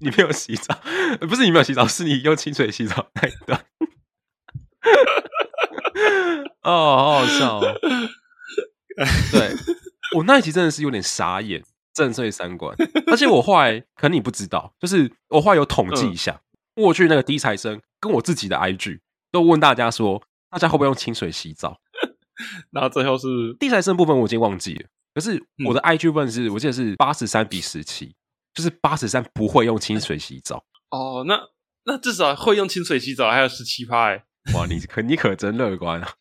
S1: 你没有洗澡，呃不是你没有洗澡，是你用清水洗澡那一段。 [LAUGHS] 哦，好好笑、哦。对我那一集真的是有点傻眼，震碎三观。而且我后来可能你不知道，就是我后来有统计一下，过去那个低材生跟我自己的 IG 都问大家说，大家会不会用清水洗澡？
S2: 然后最后是
S1: 地材生部分我已经忘记了，可是我的 IG 问是，我记得是八十三比十七，就是八十三不会用清水洗澡。
S2: 哦，那那至少会用清水洗澡，还有十七趴哎，
S1: 哇，你可你可真乐观啊！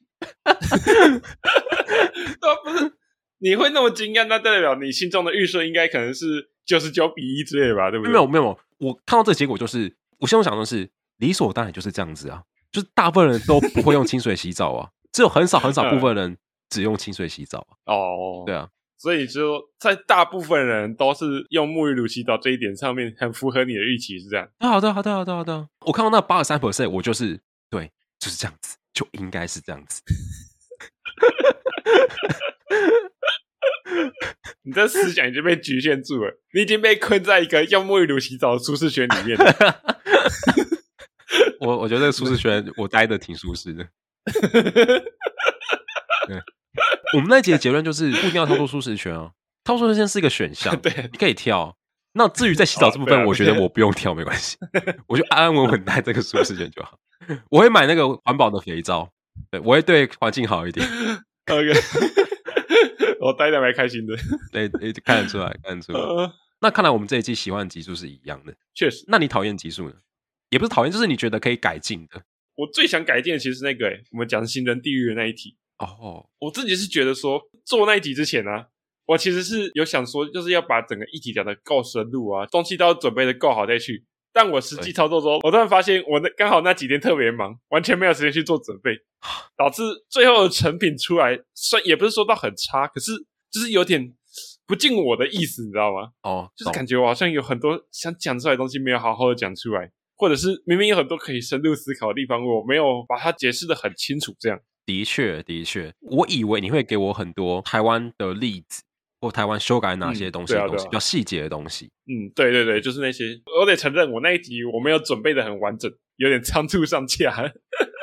S2: 对啊，不是你会那么惊讶，那代表你心中的预设应该可能是九十九比一之类的吧，对不
S1: 没
S2: 对？
S1: 有没有，我看到这个结果就是，我心中想的是理所当然就是这样子啊，就是大部分人都不会用清水洗澡啊，只有很少很少部分人只用清水洗澡啊。
S2: 哦，
S1: 对啊，
S2: 所以就在大部分人都是用沐浴乳洗澡这一点上面，很符合你的预期，是这样。
S1: 对啊，对啊，对啊，对啊，对啊！我看到那八十三 percent，我就是对，就是这样子，就应该是这样子。
S2: 你这思想已经被局限住了，你已经被困在一个用沐浴乳洗澡的舒适圈里面了。 [LAUGHS]
S1: 我我觉得舒适圈我待的挺舒
S2: [LAUGHS]
S1: 适的。我们那一节的结论就是不一定要跳出舒适圈啊，跳出舒适圈是一个选项，
S2: [LAUGHS] 对，
S1: 你可以跳。那至于在洗澡这部分，
S2: 哦对啊
S1: 我觉得我不用跳没关系，我就安安稳稳待这个舒适圈就好。我会买那个环保的肥皂，对我会对环境好一点。
S2: OK，我待的蛮开心的。
S1: 对，对看得出来，看得出来。
S2: 呃，
S1: 那看来我们这一季喜欢的集数是一样的。
S2: [LAUGHS] 确实，
S1: 那你讨厌集数呢？也不是讨厌，就是你觉得可以改进的。
S2: 我最想改进的其实是那个、欸，我们讲行人地狱的那一题，
S1: 哦，
S2: 我自己是觉得说做那一题之前呢、我其实是有想说，就是要把整个议题讲的够深入啊，东西都要准备的够好再去。但我实际
S1: 对
S2: 操作中，我突然发现我那刚好那几天特别忙，完全没有时间去做准备，
S1: 啊
S2: 导致最后的成品出来，虽也不是说到很差，可是就是有点不尽我的意思，你知道吗？
S1: 哦，
S2: 就是
S1: 懂
S2: 感觉我好像有很多想讲出来的东西没有好好的讲出来，或者是明明有很多可以深入思考的地方，我没有把它解释的很清楚，这样。
S1: 的确的确，我以为你会给我很多台湾的例子，或台湾修改哪些
S2: 嗯
S1: 东西
S2: 对
S1: 的
S2: 啊
S1: 东西，
S2: 对啊
S1: 比较细节的东西。
S2: 嗯，对对对，就是那些。我得承认，我那一集我没有准备的很完整，有点仓促上架。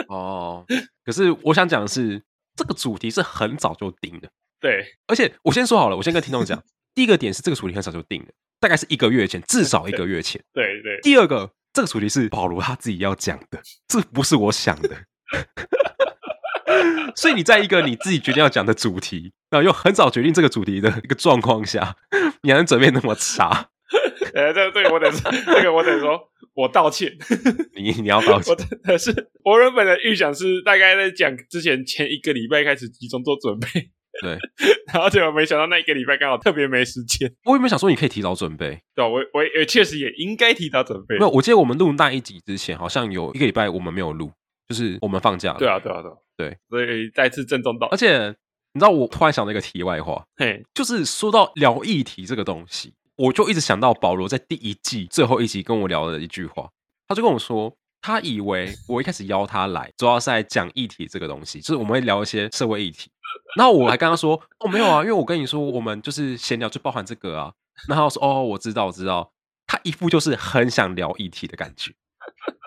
S1: 哦，可是我想讲的是，这个主题是很早就定的，
S2: 对，
S1: 而且我先说好了，我先跟听众
S2: [LAUGHS]
S1: 讲，第一个点是这个主题很早就定了，大概是一个月前，至少一个月前。
S2: 对对，
S1: 第二个，这个主题是保罗他自己要讲的，这不是我想的。 [LAUGHS] 所以你在一个你自己决定要讲的主题，然后又很早决定这个主题的一个状况下，你还能准备那么差？
S2: 呃，这这个我得，这个我得说，我道歉。 [LAUGHS]
S1: 你你要道
S2: 我
S1: 歉，
S2: 真的是，我原本的预想是大概在讲之前前一个礼拜开始集中做准备，
S1: 对，
S2: 然后结果没想到那一个礼拜刚好特别没时间。
S1: 我有没有想说你可以提早准备？
S2: 对啊，我我也确实也应该提早准备。
S1: 没有，我记得我们录那一集之前，好像有一个礼拜我们没有录，就是我们放假了。
S2: 对啊，对啊，对啊，
S1: 对，
S2: 所以再次郑重道
S1: 而
S2: 歉。
S1: 且你知道，我突然想到一个题外话，
S2: 嘿，
S1: 就是说到聊议题这个东西，我就一直想到保罗在第一季最后一集跟我聊的一句话，他就跟我说，他以为我一开始邀他来，主要是来讲议题这个东西，就是我们会聊一些社会议题。然后我还跟他说，哦，没有啊，因为我跟你说，我们就是闲聊就包含这个啊。然后他说，哦，我知道，我知道。他一副就是很想聊议题的感觉，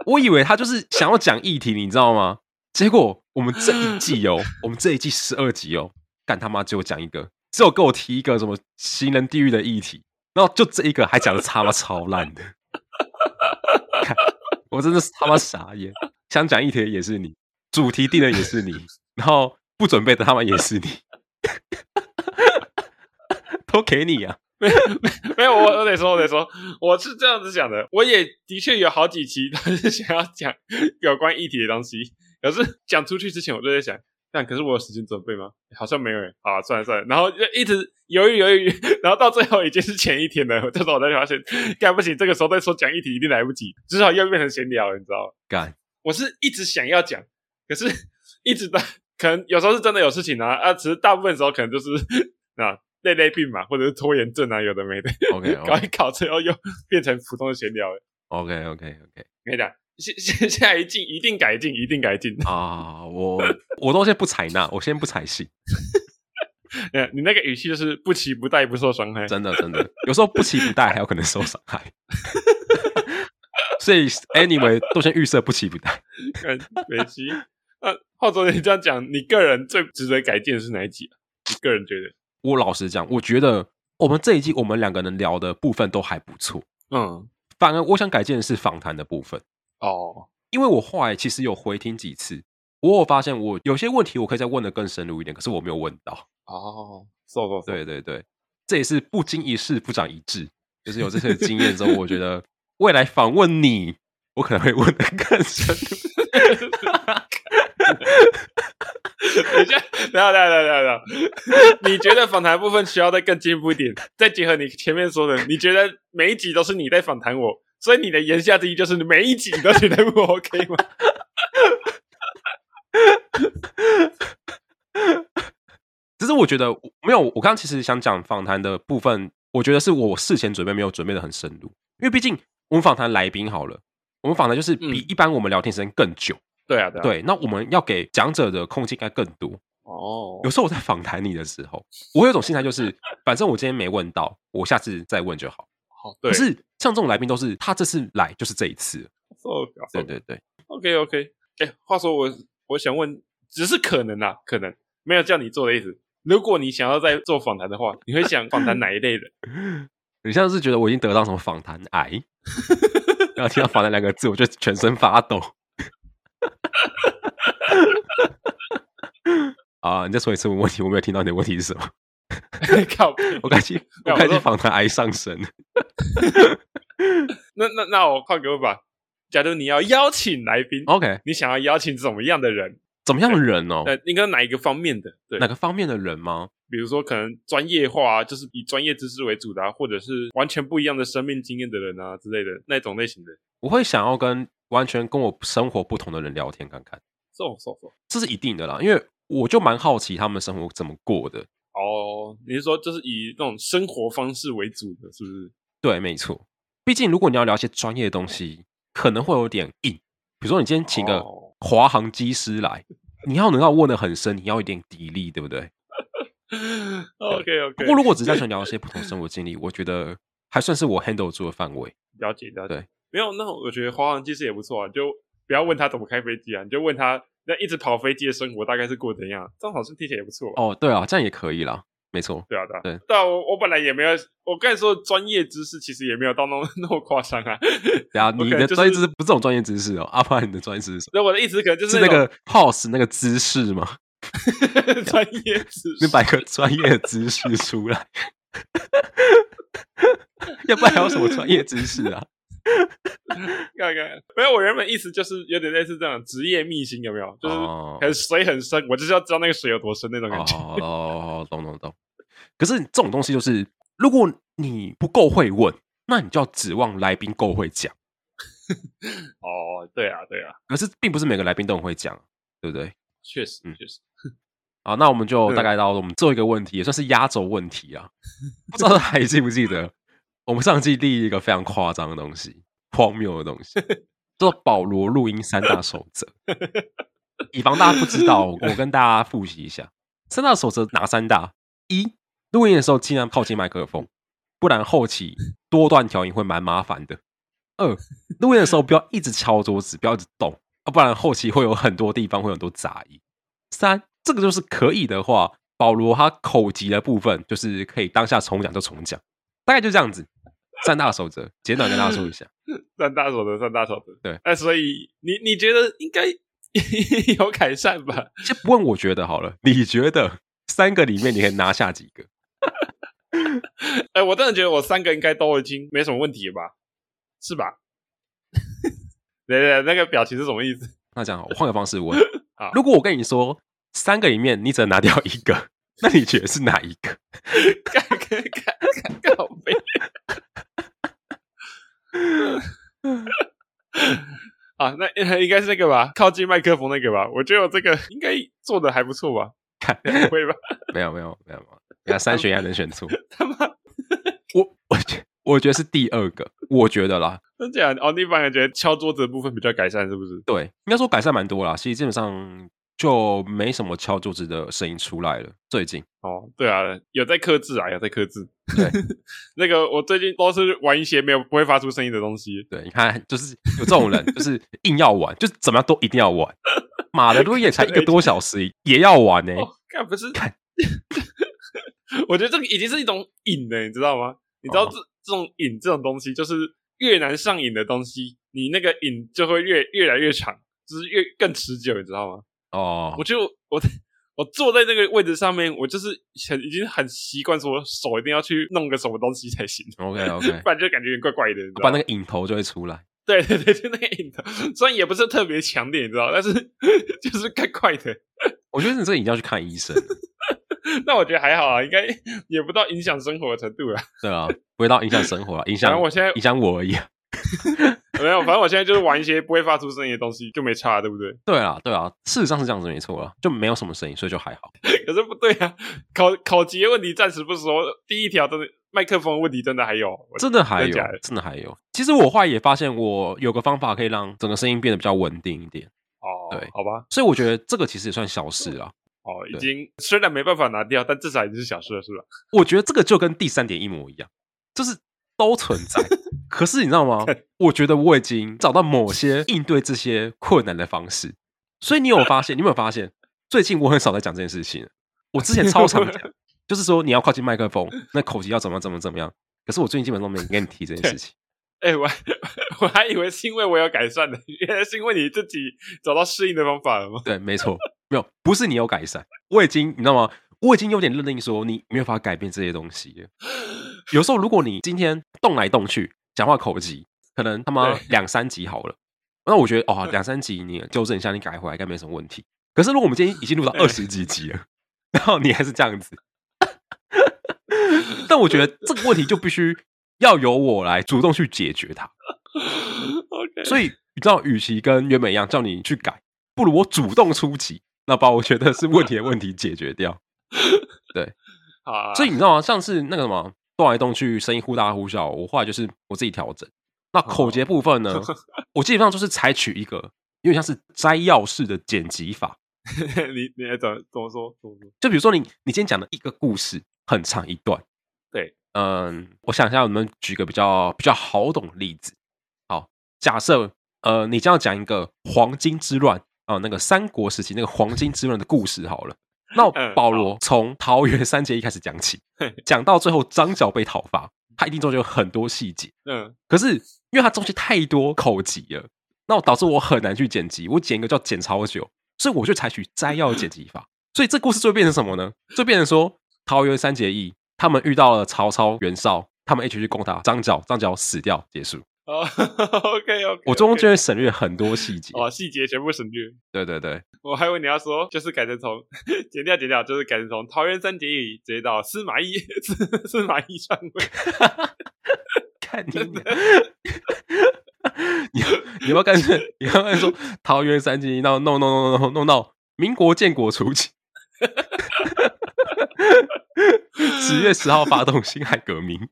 S1: 我以为他就是想要讲议题，你知道吗？结果我们这一季哦，我们这一季十二集哦，干他妈只有讲一个，只有给我提一个什么行人地狱的议题，然后就这一个还讲的他妈超烂的，看我真的是他妈傻眼。想讲议题的也是你，主题定的也是你，然后不准备的他妈也是你，都给你啊！
S2: [LAUGHS] 没有，我我得说，我得说，我是这样子想的。我也的确有好几期都 [LAUGHS] 是想要讲有关议题的东西，可是讲出去之前，我就在想，但可是我有时间准备吗？好像没有诶。好、啊，算了算了，然后就一直犹豫犹豫，然后到最后已经是前一天了。这时候我才发现，干不行，这个时候再说讲议题一定来不及，至少又变成闲聊了，你知道吗？
S1: 干，
S2: 我是一直想要讲，可是一直到可能有时候是真的有事情啊啊，只是大部分时候可能就是 [LAUGHS] 啊累累病嘛，或者是拖延症啊，有的没的。
S1: OK
S2: 搞
S1: OK
S2: 一搞，最后又 [LAUGHS] 变成普通的闲聊了。
S1: OK OK OK
S2: 跟你讲，下下下一季一定改进，一定改进。 [LAUGHS]
S1: 啊！我我都先不采纳，我先不采信，
S2: 嗯，你那个语气就是不期不待，不受伤 [LAUGHS] 害。
S1: 真的真的，有时候不期不待还有可能受伤害， [LAUGHS] 所以 anyway 都先预设不期不待。
S2: 嗯，北西，那浩总，你这样讲，你个人最值得改进的是哪一集啊？你个人觉得？
S1: 我老实讲，我觉得我们这一季我们两个人聊的部分都还不错，
S2: 嗯，
S1: 反而我想改进的是访谈的部分，
S2: 哦，
S1: 因为我后来其实有回听几次，我有发现我有些问题我可以再问的更深入一点，可是我没有问到。
S2: 哦，瘦瘦瘦， [LAUGHS]
S1: 对对对，这也是不经一事不长一智，就是有这些经验之后，我觉得未来访问你，我可能会问的更深入。
S2: 等一下，等一下，等一下，等一下，等一下，啊 [LAUGHS] 你觉得访谈部分需要再更进步一点？再结合你前面说的，你觉得每一集都是你在访谈我，所以你的言下之意就是你每一集你都觉得不 OK 吗？
S1: 只是我觉得没有，我刚刚其实想讲访谈的部分，我觉得是我事前准备没有准备的很深入，因为毕竟我们访谈来宾好了，我们访谈就是比
S2: 嗯
S1: 一般我们聊天时间更久，
S2: [LAUGHS] 对啊，对啊，，
S1: 对，那我们要给讲者的空间应该更多。
S2: 哦
S1: 有，时候我在访谈你的时候，我有一种心态就是，反正我今天没问到，我下次再问就好。
S2: 好，对，
S1: 可是像这种来宾都是他这次来就是这一次，嗯对对对，
S2: OK OK，哎、话说我我想问，只是可能啊，可能没有叫你做的意思。如果你想要再做访谈的话，你会想访谈哪一
S1: [LAUGHS]
S2: 类的？
S1: 你像是觉得我已经得到什么访谈癌，然后听到“访谈”两个字，我就全身发抖。啊、你再说一次问问题，我没有听到你的问题是什么。
S2: 靠北，
S1: 我感觉我
S2: 没有我
S1: 感觉
S2: 说
S1: 访谈癌上升了。
S2: 那那那我换给我吧。假如你要邀请来宾，
S1: OK，
S2: 你想要邀请怎么样的人？
S1: 怎么样的人哦？
S2: 呃，应该哪一个方面的？对，
S1: 哪个方面的人吗？
S2: 比如说可能专业化、啊，就是以专业知识为主的、啊，或者是完全不一样的生命经验的人啊之类的那种类型的。
S1: 我会想要跟完全跟我生活不同的人聊天看看，
S2: so so so。
S1: 这是一定的啦，因为我就蛮好奇他们生活怎么过的。
S2: 哦，你是说就是以那种生活方式为主的，是不是？ [LAUGHS]
S1: 对，没错。毕竟如果你要聊一些专业的东西，可能会有点硬。比如说，你今天请个
S2: 哦
S1: 华航机师来，你要能够问的很深，你要有一点底力，对不对？
S2: OK OK，
S1: 不过如果只是单纯聊一些不同生活经历，我觉得还算是我 handle 住的范围。
S2: 了解了解，
S1: 对
S2: 没有那我觉得华航其实也不错啊，你就不要问他怎么开飞机啊，你就问他那一直跑飞机的生活大概是过怎样，这样好像听起来也不错、哦。
S1: 哦，对啊，这样也可以啦，没错。
S2: 对啊，对啊，
S1: 对
S2: 但我我本来也没有，我刚才说的专业知识其实也没有到那么 [LAUGHS] 那么夸张啊。
S1: 对啊，
S2: 我
S1: 你
S2: 可
S1: 的
S2: 能就是
S1: 专业知识不是这种专业知识哦，阿、不然你的专业知识是什
S2: 那我的意思可能就
S1: 么？是
S2: 那
S1: 那个 [LAUGHS] pose 那个姿势吗？
S2: 个 [LAUGHS] 专业知
S1: 你
S2: 识， [LAUGHS]
S1: 摆个专业的姿势出来。 [LAUGHS] 要不然还有什么专业知识啊？
S2: 看看，没有，我原本意思就是有点类似这样职业秘辛，有没有？ [LAUGHS] 就是
S1: 哦
S2: 很水很深，我就是要知道那个水有多深那种感觉。
S1: 哦哦，懂懂懂。可是这种东西就是，如果你不够会问，那你就要指望来宾够会讲。
S2: 哦，对啊，对啊，
S1: 可是并不是每个来宾都很会讲，对不对？
S2: 确实
S1: 嗯，
S2: 确实。
S1: 好，那我们就
S2: 嗯
S1: 大概到我们最后一个问题，也算是压轴问题啊。不知道还记不记得我们上季第一个非常夸张的东西，荒谬的东西，叫做保罗录音三大守则。以防大家不知道，我跟大家复习一下三大守则哪三大？一，录音的时候尽量靠近麦克风，不然后期多段调音会蛮麻烦的。二，录音的时候不要一直敲桌子，不要一直动，啊，不然后期会有很多地方会有很多杂音。三，这个就是可以的话，保罗他口疾的部分就是可以当下重讲就重讲，大概就这样子。三大守则，简短跟大家说一下。
S2: 算大手的，算大手的。
S1: 对
S2: 那所以你你觉得应该 [LAUGHS] 有改善吧？ [LAUGHS]
S1: 先不问我觉得好了，你觉得三个里面你可以拿下几个？
S2: 哎、我真的觉得我三个应该都已经没什么问题了吧？是吧？ [LAUGHS] 对对，那个表情是什么意思？ [LAUGHS]
S1: 那这样好我换个方式问
S2: 好，
S1: 如果我跟你说三个里面你只能拿掉一个，那你觉得是哪一个？
S2: 看看看看，好 [LAUGHS] 悲。啊，那那应该是那个吧，靠近麦克风那个吧。我觉得我这个应该做的还不错吧，不会吧？ [LAUGHS]
S1: 没有没有没有没有，那三选一还能选出？
S2: 他妈，
S1: 我我觉我觉得是第二个，我觉得啦，
S2: 真假的？哦，你反而觉得敲桌子的部分比较改善，是不是？
S1: 对，应该说改善蛮多啦。其实基本上就没什么敲桌子的声音出来了。最近
S2: 哦，对啊，有在克制啊，有在克制。对， [LAUGHS] 那个我最近都是玩一些没有不会发出声音的东西。
S1: 对，你看就是有这种人，就是硬要玩，就是怎么样都一定要玩。妈的，录音也才一个多小时，也要玩呢、
S2: 哦，看不是
S1: 看，
S2: [LAUGHS] 我觉得这个已经是一种瘾了，你知道吗？你知道这、这种瘾这种东西，就是越难上瘾的东西，你那个瘾就会越越来越长，就是越更持久，你知道吗？
S1: 哦
S2: 我，觉得我我 [LAUGHS] 我坐在那个位置上面，我就是很已经很习惯，说手一定要去弄个什么东西才行， [LAUGHS]
S1: OK OK，
S2: 不然就感觉有点怪怪的，你知
S1: 不
S2: 道
S1: 然那？
S2: 吗
S1: 个影头就会出来。
S2: 对对对，就那个瘾头，虽然也不是特别强烈，你知道，但是 [LAUGHS] 就是怪怪的。
S1: 我觉得你这个一定要去看医生，
S2: 那我觉得还好啊，应该也不到影响生活的程度啊。
S1: 对啊，不会到影响生活了，影
S2: 反
S1: 响
S2: 正我现在
S1: 影响我而已啊。
S2: 没有，反正我现在就是玩一些不会发出声音的东西，就没差，对不对？ [LAUGHS]
S1: 对啊，对啊，事实上是这样子没错啊，就没有什么声音，所以就还好。
S2: 可是不对啊，考考级的问题暂时不说，第一条真的麦克风问题真的还有，我
S1: 真的还有
S2: 真假的，
S1: 真的还有。其实我后来也发现，我有个方法可以让整个声音变得比较稳定一点，
S2: 哦，
S1: 对
S2: 好吧，
S1: 所以我觉得这个其实也算小事啦。
S2: 哦，已
S1: 对
S2: 经虽然没办法拿掉，但至少已经是小事了，是吧？ [LAUGHS]
S1: 我觉得这个就跟第三点一模一样，就是都存
S2: [LAUGHS]
S1: 在。可是你知道吗？我觉得我已经找到某些应对这些困难的方式。所以你有发现？你有没有发现？最近我很少在讲这件事情了。我之前超常
S2: [LAUGHS]
S1: 讲，就是说你要靠近麦克风，那口技要怎么怎么怎么样。可是我最近基本上都没跟你提这件事情。
S2: 哎、我我还 [LAUGHS] 以为是因为我有改善的，原来是因为你自己找到适应的方法了吗？
S1: 对，没错，没有，不是你有改善，我已经你知道吗？我已经有点认定说你没有办法改变这些东西了。有时候如果你今天动来动去，讲话口急，可能他妈
S2: 对
S1: 两三集好了，那我觉得哦，两三集你纠正一下，你改回来应该没什么问题。可是如果我们今天已经录到
S2: 对
S1: 二十几集了，然后你还是这样
S2: [LAUGHS]
S1: 子，但我觉得这个问题就必须要由我来主动去解决它。
S2: [LAUGHS] OK，
S1: 所以你知道，与其跟原本一样叫你去改，不如我主动出击，那把我觉得是问题的问题解决掉。
S2: 好啊、
S1: 所以你知道吗？上次那个什么动来动去，声音忽大忽小，我后来就是我自己调整。那口诀部分呢，我基本上就是采取一个有点像是摘要式的剪辑法，
S2: [LAUGHS] 你你怎么怎么说怎么说？
S1: 就比如说你你今天讲的一个故事很长一段，
S2: 对，
S1: 嗯，我想一下，我们举个比较比较好懂的例子。好，假设呃，你将要讲一个黄金之乱啊、那个三国时期那个黄金之乱的故事好了。那
S2: 嗯
S1: 保罗从桃园三结义开始讲
S2: [LAUGHS]
S1: 起
S2: 嘿，
S1: 讲到最后张角被讨伐，他一定中间有很多细节。
S2: 嗯，
S1: 可是因为它中间太多口级了，那我导致我很难去剪辑，我剪一个叫剪超久，所以我就采取摘要剪辑法。所以这故事就会变成什么呢？就变成说桃园三结义，他们遇到了曹操、袁绍，他们一起去攻打张角，张角死掉结束。
S2: 哦，OK OK，
S1: [LAUGHS] 我中间会省略很多细节。
S2: 哦细节全部省略，
S1: 对对对，
S2: 我还以为你要说就是改成从 [LAUGHS] 剪掉剪掉，就是改成从桃园三结义直接到司马懿 [LAUGHS] 司司马懿上位。
S1: [LAUGHS] 看你娘，你你要不要干脆你要不要说桃园三结义，闹弄弄弄弄弄到民国建国初期，十月十号发动辛亥革命。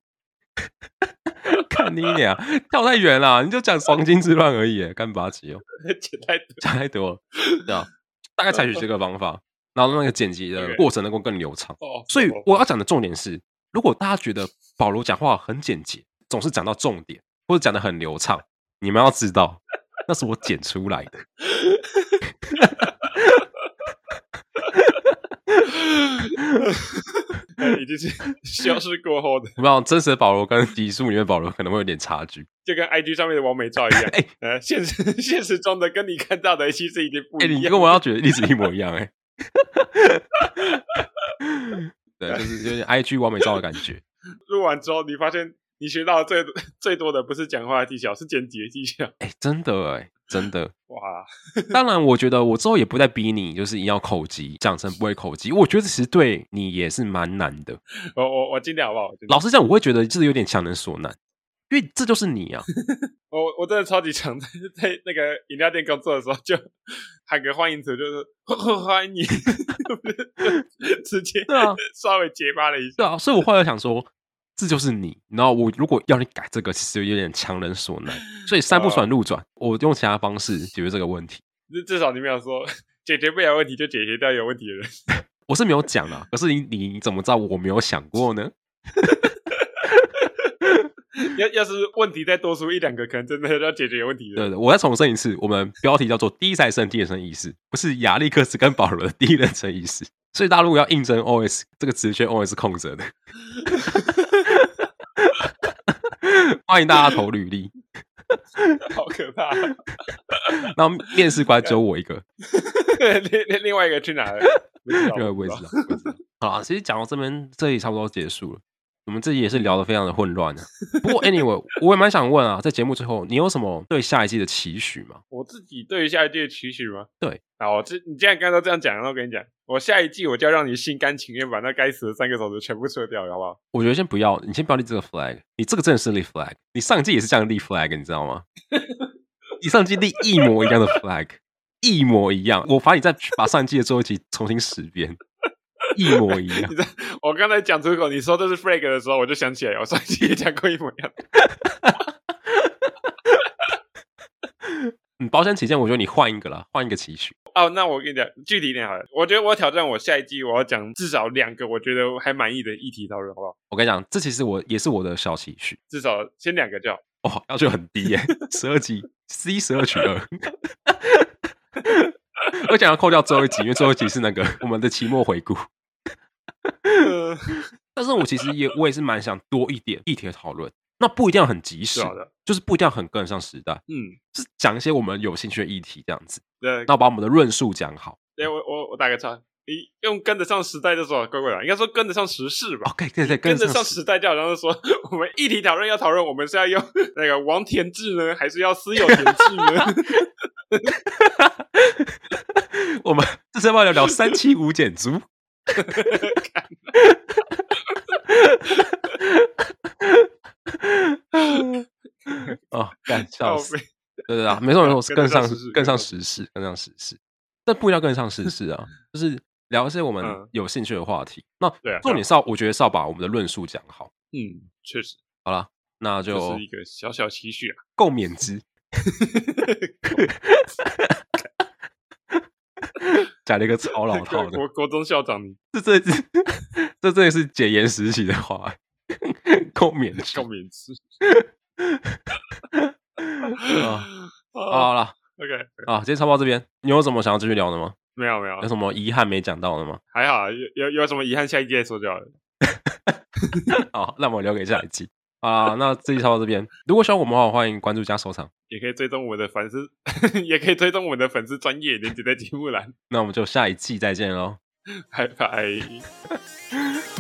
S1: [LAUGHS] 看你俩跳太远了，你就讲黄巾之乱而已，干八集哦，
S2: 剪太多，
S1: 讲太多了，对啊，大概采取这个方法，然后让那个剪辑的
S2: OK
S1: 过程能够更流畅。
S2: 哦，
S1: 所以
S2: 哦
S1: 我要讲的重点是，如果大家觉得保罗讲话很简洁，总是讲到重点，或者讲的很流畅，你们要知道，那是我剪出来的。
S2: 哎已经是消失过后的，
S1: 我不知道真实的保罗跟集数里面的保罗可能会有点差距。
S2: 就跟 IG 上面的完美照一样。
S1: 哎
S2: 呃，现实现实中的跟你看到的其实已经不
S1: 哎、
S2: 一
S1: 你
S2: 样。啊
S1: 跟我要觉得例子一模一样、哎， [LAUGHS] 对，就是有点 IG 完美照的感觉。
S2: 录完之后，你发现你学到的最最多的不是讲话的技巧，是剪辑的技巧。
S1: 哎、真的哎、真的。
S2: 哇，
S1: 当然，我觉得我之后也不再逼你，就是一定要口疾，讲成不会口疾。我觉得其实对你也是蛮难的。
S2: 我我我尽量好不好？我尽量
S1: 老实讲，我会觉得这有点强人所难，因为这就是你啊。 [LAUGHS]
S2: 我我真的超级常在在那个饮料店工作的时候，就喊个欢迎词，就是呵呵欢迎你，就直接
S1: 对啊，
S2: 稍微结巴了一下。
S1: 对啊，所以我后来想说，这就是你。然后我如果要你改这个，其实有点强人所难。所以山不转路转，我用其他方式解决这个问题。
S2: 至至少你没有说解决不了问题就解决掉有问题的人。
S1: 我是没有讲啊，可是你你怎么知道我没有想过呢？
S2: 要要是问题再多出一两个，可能真的要解决有问题的
S1: 对
S2: 人。
S1: 对，我再重申一次，我们标题叫做“第一赛胜第一人称意识”，不是亚历克斯跟保罗的第一人称意识。所以大家如果要应征 OS 这个职缺，OS 空着的， [LAUGHS] 欢迎大家投履历。
S2: 好可怕！啊
S1: 然后面试官只有我一个，
S2: [LAUGHS] 另另另外一个去哪了？
S1: [LAUGHS]
S2: 不知道
S1: 对，我也知。道，我也知道。啊好啦，其实讲到这边，这里差不多结束了。我们这集也是聊得非常的混乱的、不
S2: [LAUGHS]
S1: 过 anyway，我也蛮想问啊，在节目最后，你有什么对下一季的期许吗？
S2: 我自己对于下一季的期许吗？
S1: 对，
S2: 啊，我这你既然刚刚都这样讲了，那我跟你讲，我下一季我就要让你心甘情愿把那该死的三个手指全部撤掉，好不好？
S1: 我觉得先不要，你先不要立这个 flag，你这个真的是立 flag，你上一季也是这样立 flag，你知道吗？你上一季立一模一样的 flag，一 [LAUGHS] 模一样，我罚你再把上一季的最后一集重新识遍，一模一样
S2: [LAUGHS] 你。知道我刚才讲出口，你说这是 flag 的时候，我就想起来，我上一期也讲过一模一样的。
S1: 嗯，保险起见，我觉得你换一个啦，换一个期许。
S2: 哦，那我跟你讲，具体一点好了，我觉得我挑战我下一季我要讲至少两个我觉得还满意的议题讨论，好不好？
S1: 我跟你讲，这其实我也是我的小期许。
S2: 至少先两
S1: [LAUGHS]
S2: 个就好。
S1: 哦，要求很低耶、十二级 C 十二取二。 [LAUGHS] 我想要扣掉最后一集，因为最后一集是那个我们的期末回顾。
S2: 嗯
S1: 但是我其实也我也是蛮想多一点议题的讨论，那不一定要很及时
S2: 是，啊好的，
S1: 就是不一定要很跟得上时代，
S2: 嗯，
S1: 是讲一些我们有兴趣的议题这样子，
S2: 对，
S1: 然后把我们的论述讲好。
S2: 对我我我打个岔，你用跟得上时代的时候，乖乖的，应该说跟得上时事吧。
S1: OK，对对，
S2: 跟得上
S1: 上
S2: 时代就好像是说，我们议题讨论要讨论，我们是要用那个王田制呢，还是要私有田制呢？
S1: 代，我们这次要不要聊聊三七五减租？ [LAUGHS] 哦，干笑
S2: [LAUGHS]
S1: 死！
S2: 靠背
S1: 对对啊，没错没错，是
S2: [LAUGHS]
S1: 更
S2: 跟得
S1: 上
S2: 上时事
S1: 更
S2: 跟得
S1: 上
S2: 上
S1: 时事，更上时事，但不一定要更上时事
S2: [LAUGHS]
S1: 啊，就是聊一些我们
S2: 嗯
S1: 有兴趣的话题。那
S2: 对啊，
S1: 重点是要，我觉得是要把我们的论述讲好。
S2: 嗯，确实，
S1: 好啦，那
S2: 这
S1: 就是
S2: 一个小小期许啊。
S1: 共勉
S2: [LAUGHS]
S1: 之。讲了一个超
S2: [LAUGHS]
S1: 老套的，
S2: 国国中校长，你
S1: 这这这真的是解严时期的话，共勉之
S2: 共。勉之
S1: 啊。好啦
S2: 啊
S1: 好啦，
S2: ，OK，
S1: 啊，今天差不多到这边，你有什么想要继续聊的吗？
S2: 没有没有
S1: 有，什么遗憾没讲到的吗？ [LAUGHS]
S2: 还好，有有有什么遗憾，下一季再说就好了。
S1: 好，那我们留给下一季。啊，那这期差不多到这边。如果喜欢我们的话，欢迎关注加收藏。
S2: 也可以追踪我的粉丝， [LAUGHS] 也可以追踪我的粉丝专业连接在节目栏。 [LAUGHS]
S1: 那我们就下一季再见喽。
S2: 拜拜。